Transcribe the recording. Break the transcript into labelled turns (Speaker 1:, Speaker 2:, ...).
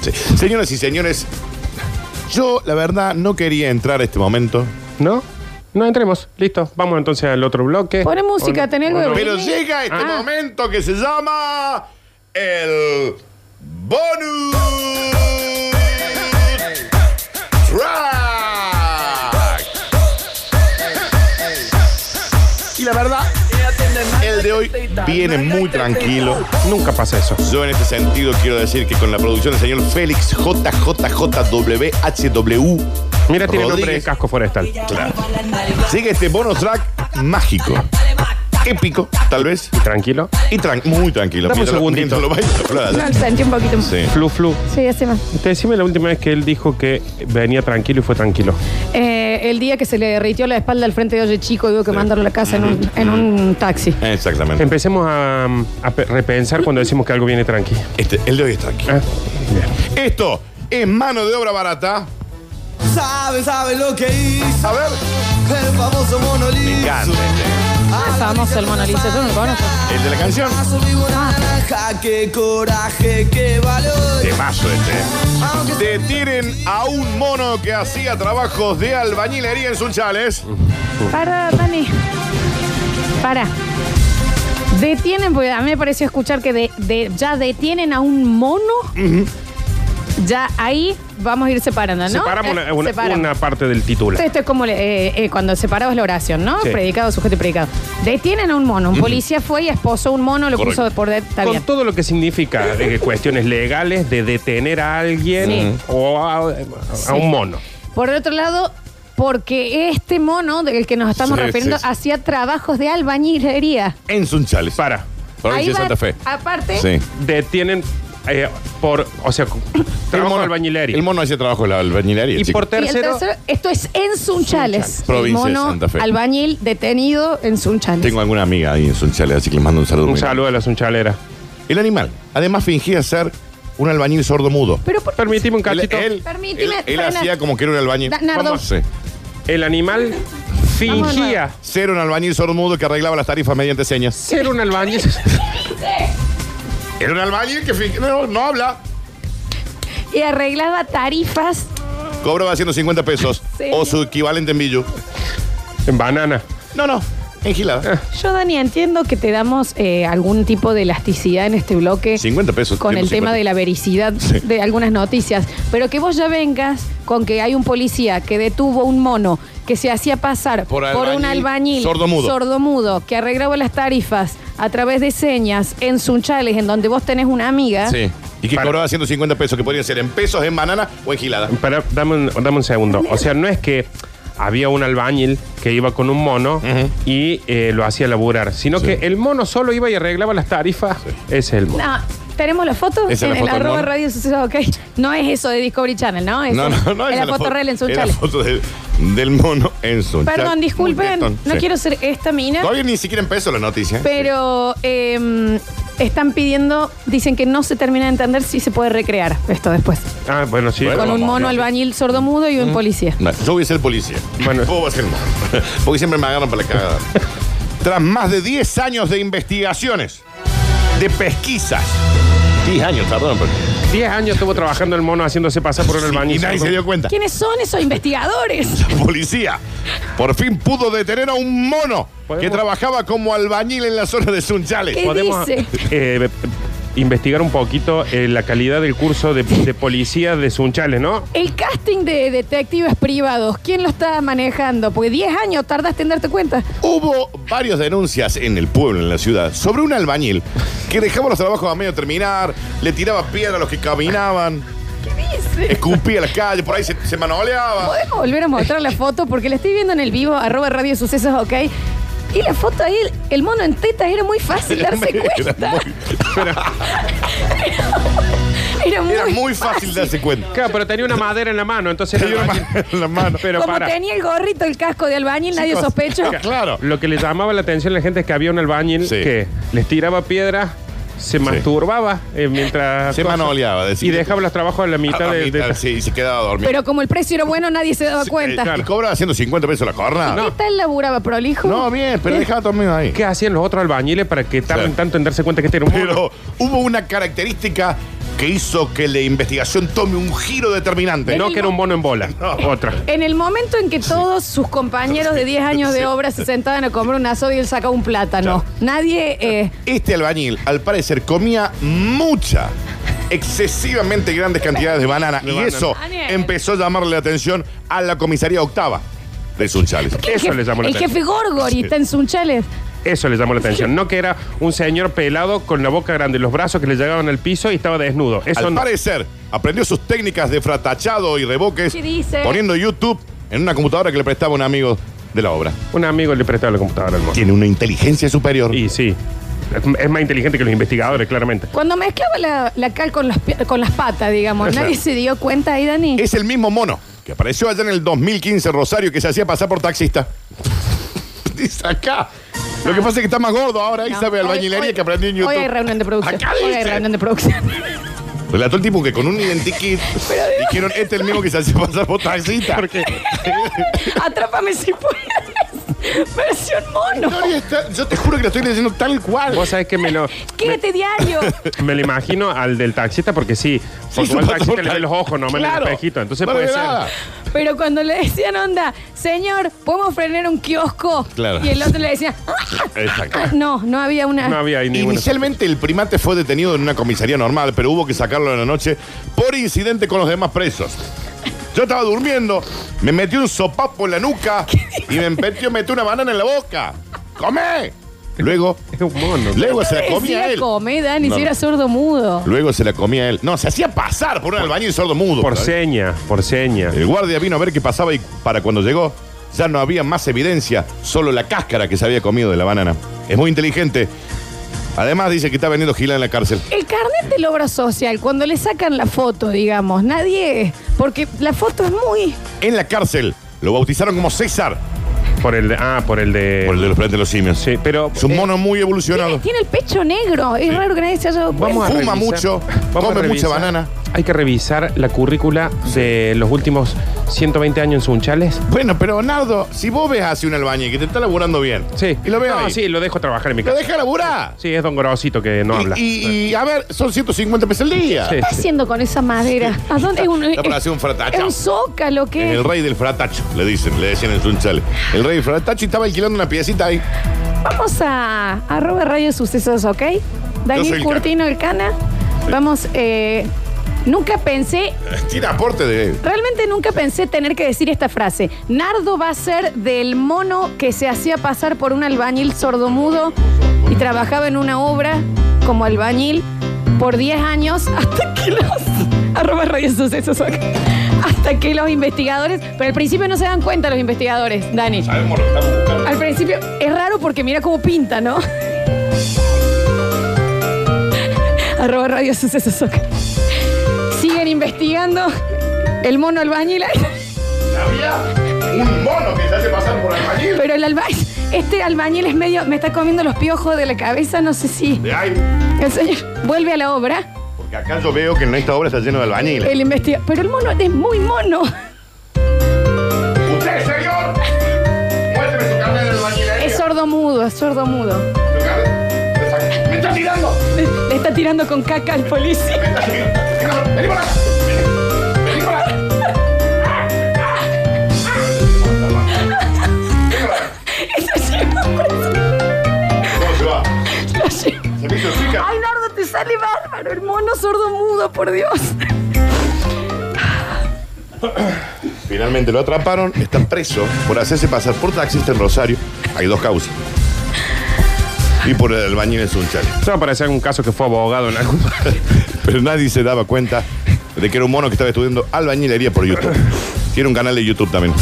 Speaker 1: Sí. Señoras y señores, yo la verdad no quería entrar a este momento,
Speaker 2: ¿No? No entremos. Listo. Vamos entonces al otro bloque.
Speaker 3: Pone
Speaker 2: ¿O
Speaker 3: música,
Speaker 2: no?
Speaker 3: tené algo
Speaker 2: ¿O
Speaker 3: de
Speaker 2: no?
Speaker 1: pero
Speaker 3: Sí.
Speaker 1: llega este
Speaker 3: Ah.
Speaker 1: momento que se llama el bonus track. Y la verdad, el de hoy viene muy tranquilo.
Speaker 2: Nunca pasa eso.
Speaker 1: Yo en este sentido quiero decir que con la producción del señor Félix JJJWHW
Speaker 2: Mira, tiene nombre de
Speaker 1: Rodríguez.
Speaker 2: casco forestal.
Speaker 1: Claro. Sigue este bonus track mágico, épico, tal vez,
Speaker 2: Tranquilo.
Speaker 1: y tran- muy tranquilo.
Speaker 2: Dame un
Speaker 1: Mientras lo-
Speaker 2: segundito.
Speaker 1: mientras lo bailo,
Speaker 3: No,
Speaker 1: claro.
Speaker 3: el sentí un poquito. Sí,
Speaker 1: Sí.
Speaker 2: Flu, flu.
Speaker 3: hace más.
Speaker 2: Te decime la última vez que él dijo que venía tranquilo y fue tranquilo.
Speaker 3: Eh, el día que se le derritió la espalda al frente de Oye Chico, digo que mandaron a la casa en un, en un taxi.
Speaker 1: Exactamente.
Speaker 2: Empecemos a, a pe- repensar cuando decimos que algo viene ¿Ah? tranquilo.
Speaker 1: Este, el de hoy está aquí.
Speaker 2: Eh.
Speaker 1: Esto es mano de obra barata.
Speaker 4: Sabe, sabe lo que hizo
Speaker 1: A ver.
Speaker 4: el famoso Mona Lisa.
Speaker 1: Me encanta este.
Speaker 3: Ah, famoso el Mona Lisa, yo no lo conozco.
Speaker 1: El de la canción.
Speaker 4: Subí una naranja, qué coraje, qué valor.
Speaker 1: Temazo este.
Speaker 4: Aunque
Speaker 1: Te tiren a un mono que hacía trabajos de albañilería en Sunchales.
Speaker 3: Para, Dani. Para. Detienen, porque a mí me pareció escuchar que de- de- ya detienen a un mono. Ya ahí vamos a ir separando, ¿no?
Speaker 2: Separamos
Speaker 3: Eh,
Speaker 2: una, una-
Speaker 3: separamos.
Speaker 2: una parte del titular.
Speaker 3: Esto es como eh, eh, cuando separabas la oración, ¿no?
Speaker 2: Sí.
Speaker 3: Predicado, sujeto y predicado. Detienen a un mono. Un policía fue y esposó a un mono, lo
Speaker 1: Correcto.
Speaker 3: puso por de- está
Speaker 2: Con
Speaker 3: bien.
Speaker 2: todo lo que significa de que cuestiones legales, de detener a alguien
Speaker 3: Sí.
Speaker 2: o a, a
Speaker 3: Sí.
Speaker 2: un mono.
Speaker 3: Por otro lado, porque este mono del que nos estamos
Speaker 1: Sí,
Speaker 3: refiriendo
Speaker 1: sí, sí.
Speaker 3: hacía trabajos de albañilería.
Speaker 1: En Sunchales.
Speaker 2: Para.
Speaker 3: Ahí
Speaker 5: Provincia de
Speaker 3: va-
Speaker 5: Santa Fe.
Speaker 3: Aparte,
Speaker 1: Sí.
Speaker 2: Detienen eh, por, o sea, trabajo de albañilería.
Speaker 1: El mono hacía trabajo de la albañilería.
Speaker 2: Y
Speaker 1: chico.
Speaker 2: por
Speaker 3: Y el
Speaker 2: tercero,
Speaker 3: tercero, esto es en Sunchales.
Speaker 1: Sunchales, provincia de
Speaker 3: El mono
Speaker 1: Santa Fe.
Speaker 3: Albañil detenido en Sunchales.
Speaker 1: Tengo alguna amiga ahí en Sunchales, así que les mando un saludo.
Speaker 2: un
Speaker 1: muy grande.
Speaker 2: saludo a la sunchalera.
Speaker 1: El animal, además, fingía ser un albañil sordo mudo.
Speaker 3: Pero por-
Speaker 2: Permitime un cachito.
Speaker 1: Él, él,
Speaker 3: Permíteme,
Speaker 1: él
Speaker 3: frena.
Speaker 1: hacía como que era un albañil.
Speaker 3: Da- Nardo.
Speaker 1: Vamos. Sí.
Speaker 2: El animal fingía
Speaker 1: Ser un albañil sordo mudo que arreglaba las tarifas mediante señas.
Speaker 2: ser un albañil.
Speaker 1: Era un albañil que fingía. No, no habla.
Speaker 3: y arreglaba tarifas.
Speaker 1: Cobraba 150 pesos
Speaker 3: Sí.
Speaker 1: o su equivalente en billu.
Speaker 2: En banana.
Speaker 1: No, no, en gilada.
Speaker 3: Yo, Dani, entiendo que te damos eh, algún tipo de elasticidad en este bloque.
Speaker 1: 50 pesos.
Speaker 3: Con el
Speaker 1: 150.
Speaker 3: tema de la vericidad
Speaker 1: Sí.
Speaker 3: de algunas noticias. Pero que vos ya vengas con que hay un policía que detuvo un mono que se hacía pasar por,
Speaker 1: Por
Speaker 3: un
Speaker 1: albañil
Speaker 3: albañil
Speaker 1: sordomudo.
Speaker 3: sordomudo, que arreglaba las tarifas a través de señas en Sunchales, en donde vos tenés una amiga.
Speaker 1: Sí. Y que
Speaker 2: Para-
Speaker 1: cobraba 150 pesos, que podrían ser en pesos, en banana o en gilada.
Speaker 2: Pará, dame, un, dame un segundo. O sea, no es que había un albañil que iba con un mono y eh, lo hacía laburar, sino
Speaker 1: Sí.
Speaker 2: que el mono solo iba y arreglaba las tarifas. Ese es el mono.
Speaker 3: No, ¿Tenemos la foto?
Speaker 1: Esa es la
Speaker 3: en
Speaker 1: foto del
Speaker 3: arroba
Speaker 1: mono.
Speaker 3: radio Sucesos, ok. No es eso de Discovery Channel, ¿no? Eso. Es la, foto real en
Speaker 1: Es
Speaker 3: Sunchales.
Speaker 1: la foto del, del mono en Sunchales.
Speaker 3: Perdón, disculpen,
Speaker 1: Muy bien,
Speaker 3: no
Speaker 1: sí.
Speaker 3: quiero ser esta mina,
Speaker 1: Todavía ni siquiera empezó la noticia.
Speaker 3: pero eh, están pidiendo, dicen que no se termina de entender si se puede recrear esto después.
Speaker 2: Ah, bueno, sí.
Speaker 1: Bueno.
Speaker 3: Con un
Speaker 1: vamos,
Speaker 3: mono
Speaker 1: no. Mm.
Speaker 3: albañil sordomudo y un policía.
Speaker 1: Vale, Yo voy a ser policía.
Speaker 2: Bueno.
Speaker 1: Vos vas a ser mono. Porque siempre me agarran para la cagada. Tras más de 10 años de investigaciones, de pesquisas. 10 años, perdón. Pero...
Speaker 2: 10 años estuvo trabajando el mono haciéndose pasar por un
Speaker 1: Y
Speaker 2: albañil.
Speaker 1: nadie se dio cuenta.
Speaker 3: ¿Quiénes son esos investigadores?
Speaker 1: La policía por fin pudo detener a un mono que
Speaker 2: ¿Podemos?
Speaker 1: trabajaba como albañil en la zona de Sunchales.
Speaker 3: ¿Qué?
Speaker 2: Podemos
Speaker 3: dice?
Speaker 2: eh, investigar un poquito eh, la calidad del curso de, de policía de Sunchales, ¿no?
Speaker 3: El casting de detectives privados, ¿quién lo está manejando? Porque 10 años tardaste en darte cuenta.
Speaker 1: Hubo varias denuncias en el pueblo, en la ciudad, sobre un albañil que dejaba los trabajos a medio terminar, le tiraba piedra a los que caminaban,
Speaker 3: ¿Qué dice?
Speaker 1: escupía la calle, por ahí se, se manoleaba.
Speaker 3: Podemos volver a mostrar la foto porque la estoy viendo en el vivo, arroba radio sucesos, ok. Y la foto ahí, el mono en tetas, era muy fácil darse cuenta. Era muy,
Speaker 1: Era muy fácil darse cuenta.
Speaker 2: Claro, pero tenía una madera en la mano, entonces era
Speaker 1: Tenía una
Speaker 2: albañil.
Speaker 1: mano en la mano.
Speaker 2: Pero
Speaker 3: Como
Speaker 2: para.
Speaker 3: tenía el gorrito, el casco de albañil, nadie sospechó.
Speaker 1: Claro.
Speaker 2: Lo que le llamaba la atención a la gente es que había un albañil
Speaker 1: Sí.
Speaker 2: que les tiraba piedras, se masturbaba eh, mientras.
Speaker 1: Se manoleaba, decía.
Speaker 2: Y dejaba los trabajos a la mitad
Speaker 1: Ah,
Speaker 2: de. de-
Speaker 1: mitad, sí, se quedaba dormido.
Speaker 3: Pero como el precio era bueno, nadie se daba cuenta.
Speaker 1: Eh, Y cobraba 150 pesos la jornada.
Speaker 3: ¿Qué tal laburaba prolijo?
Speaker 1: No, bien, pero dejaba dormido ahí.
Speaker 2: ¿Qué hacían los otros albañiles para que tarden
Speaker 1: Sí.
Speaker 2: tanto en darse cuenta que este era un mono?
Speaker 1: Pero hubo una característica que hizo que la investigación tome un giro
Speaker 3: ¿Eh?
Speaker 1: determinante.
Speaker 2: No que era un mono en bola.
Speaker 1: No.
Speaker 2: Otra.
Speaker 3: En el momento en que todos sus compañeros de 10 años de obra se sentaban a comer un asado y él sacaba un plátano, nadie... eh,
Speaker 1: Este albañil, al parecer, comía mucha, excesivamente grandes cantidades de banana.
Speaker 2: De
Speaker 1: y
Speaker 2: banana.
Speaker 1: eso
Speaker 3: Daniel.
Speaker 1: empezó a llamarle la atención a la comisaría octava de Sunchales.
Speaker 2: Eso
Speaker 3: el jefe-
Speaker 2: le llamó la
Speaker 3: El
Speaker 2: atención.
Speaker 3: jefe Gorgori está en Sunchales.
Speaker 2: Eso le llamó la atención. No que era un señor pelado con la boca grande, los brazos que le llegaban al piso y estaba desnudo. Eso
Speaker 1: Al
Speaker 2: no.
Speaker 1: parecer, aprendió sus técnicas de fratachado y reboques
Speaker 3: ¿Qué dice?
Speaker 1: poniendo YouTube en una computadora que le prestaba un amigo de la obra.
Speaker 2: Un amigo le prestaba la computadora al mono.
Speaker 1: Tiene una inteligencia superior.
Speaker 2: Y sí. Es- Es más inteligente que los investigadores, claramente.
Speaker 3: Cuando mezclaba la, la cal con las, pier- con las patas, digamos, nadie se dio cuenta ahí, Dani.
Speaker 1: Es el mismo mono que apareció allá en el 2015 en Rosario que se hacía pasar por taxista. dice acá. Lo que pasa es que está más gordo ahora y
Speaker 3: No,
Speaker 1: sabe
Speaker 3: hoy-
Speaker 1: albañilería
Speaker 3: hoy-
Speaker 1: que aprendió en YouTube.
Speaker 3: Hoy hay reunión de producción.
Speaker 1: Acá
Speaker 3: Hoy hay
Speaker 1: dice.
Speaker 3: reunión de producción.
Speaker 1: Relató el tipo que con un identikit dijeron, este es el mismo que se hacía pasar por taxista.
Speaker 2: Porque
Speaker 3: Atrápame si puedes. Versión mono.
Speaker 1: Gloria, está- yo te juro que lo estoy leyendo tal cual.
Speaker 2: vos sabés que me lo,
Speaker 3: Quédate diario.
Speaker 2: me lo imagino al del taxista porque sí. Porque
Speaker 1: Sí,
Speaker 2: vos al
Speaker 1: se pasó
Speaker 2: taxista
Speaker 1: por
Speaker 2: le ve
Speaker 1: taxi.
Speaker 2: los ojos, no me
Speaker 1: Claro.
Speaker 2: el espejito. Entonces
Speaker 1: No le
Speaker 2: puede
Speaker 1: ve
Speaker 2: ser.
Speaker 1: nada.
Speaker 3: Pero cuando le decían, onda, señor, ¿podemos frenar un kiosco?
Speaker 1: Claro.
Speaker 3: Y el otro le decía,
Speaker 1: Exacto.
Speaker 3: "Ah, no, no había una.
Speaker 2: No había ahí ninguna.
Speaker 1: Inicialmente el primate fue detenido en una comisaría normal, pero hubo que sacarlo en la noche por incidente con los demás presos. Yo estaba durmiendo, me metí un sopapo en la nuca y me metió, metió una banana en la boca. ¡Come! Luego,
Speaker 2: Es un mono.
Speaker 1: luego se la comía
Speaker 3: Decía,
Speaker 1: él.
Speaker 3: come, Dani,
Speaker 1: No,
Speaker 3: si
Speaker 1: no.
Speaker 3: era sordo mudo.
Speaker 1: Luego se la comía él. No, se hacía pasar por un albañil sordo mudo.
Speaker 2: Por seña, por seña.
Speaker 1: El guardia vino a ver qué pasaba y para cuando llegó ya no había más evidencia, solo la cáscara que se había comido de la banana. Es muy inteligente. Además dice que está vendiendo gila en la cárcel.
Speaker 3: El carnet del obra social, cuando le sacan la foto, digamos, nadie. Porque la foto es muy.
Speaker 1: en la cárcel. Lo bautizaron como César.
Speaker 2: Por el de, ah, por el de.
Speaker 1: Por el de los planes de los simios.
Speaker 2: Sí, pero.
Speaker 1: Es un
Speaker 2: eh,
Speaker 1: mono muy evolucionado.
Speaker 3: Tiene el pecho negro. Es raro que nadie se haya dado cuenta.
Speaker 2: Vamos a
Speaker 1: Fuma
Speaker 2: revisar-
Speaker 1: mucho, come mucha
Speaker 2: revisar-
Speaker 1: banana.
Speaker 2: Hay que revisar la currícula de los últimos 120 años en Sunchales.
Speaker 1: Bueno, pero Nardo, si vos ves así un albañil que te está laburando bien.
Speaker 2: Sí.
Speaker 1: Y lo veo
Speaker 2: No,
Speaker 1: ahí,
Speaker 2: sí, lo dejo trabajar en mi
Speaker 1: Lo
Speaker 2: casa.
Speaker 1: deja laburar.
Speaker 2: Sí, es don Grosito que no
Speaker 1: y,
Speaker 2: habla.
Speaker 1: y- Ah, y, a ver, son 150 pesos al día.
Speaker 2: Sí.
Speaker 3: ¿Qué está haciendo con esa madera? ¿A dónde es un,
Speaker 1: Está para hacer un fratacho.
Speaker 3: es un zócalo
Speaker 1: En
Speaker 3: que
Speaker 1: el rey del fratacho, le dicen, le decían en Sunchale. El rey del fratacho y estaba alquilando una piecita ahí.
Speaker 3: Vamos a arroba radio sucesos, ¿ok?
Speaker 1: soy
Speaker 3: Daniel
Speaker 1: el
Speaker 3: Curtino, el Cana. Vamos, eh, nunca pensé,
Speaker 1: Tiene aporte de.
Speaker 3: realmente nunca pensé tener que decir esta frase. Nardo va a ser del mono que se hacía pasar por un albañil sordomudo y trabajaba en una obra como albañil por 10 años hasta que los... arroba radio sucesos, ¿ok? Hasta que los investigadores... Pero al principio no se dan cuenta los investigadores, Dani.
Speaker 1: Sabemos lo que estamos buscando.
Speaker 3: Al principio es raro porque mira cómo pinta, ¿no? Arroba Radio Sucesos. ok. Siguen investigando el mono albañil.
Speaker 1: Había un mono que se hace pasar por albañil.
Speaker 3: Pero el albañil, este albañil es medio, me está comiendo los piojos de la cabeza, no sé si.
Speaker 1: De ahí.
Speaker 3: El señor vuelve a la obra,
Speaker 1: Porque acá yo veo que en esta obra está lleno de albañiles.
Speaker 3: el investiga. Pero el mono es muy mono.
Speaker 1: Usted, señor, muéstreme su carnet de albañilería.
Speaker 3: Es sordo mudo, es sordo mudo.
Speaker 1: Su carnet. Me saca- ¡Me está tirando!
Speaker 3: Le, le está tirando con caca al
Speaker 1: ¡Me
Speaker 3: policía.
Speaker 1: está tirando! Señor, ¡Vení para acá! Vení, vení para acá. ¿Cómo se va?
Speaker 3: Lo lleva.
Speaker 1: ¿Se me hizo chica?
Speaker 3: Ay, Nardo, te sale bárbaro, el mono sordo mudo, por Dios.
Speaker 1: Finalmente lo atraparon, está preso por hacerse pasar por taxista en Rosario. Hay dos causas. Y por el albañil en Sunchal.
Speaker 2: Eso va a parecer un caso que fue abogado en algún
Speaker 1: Pero nadie se daba cuenta de que era un mono que estaba estudiando albañilería por YouTube. Tiene un canal de YouTube también.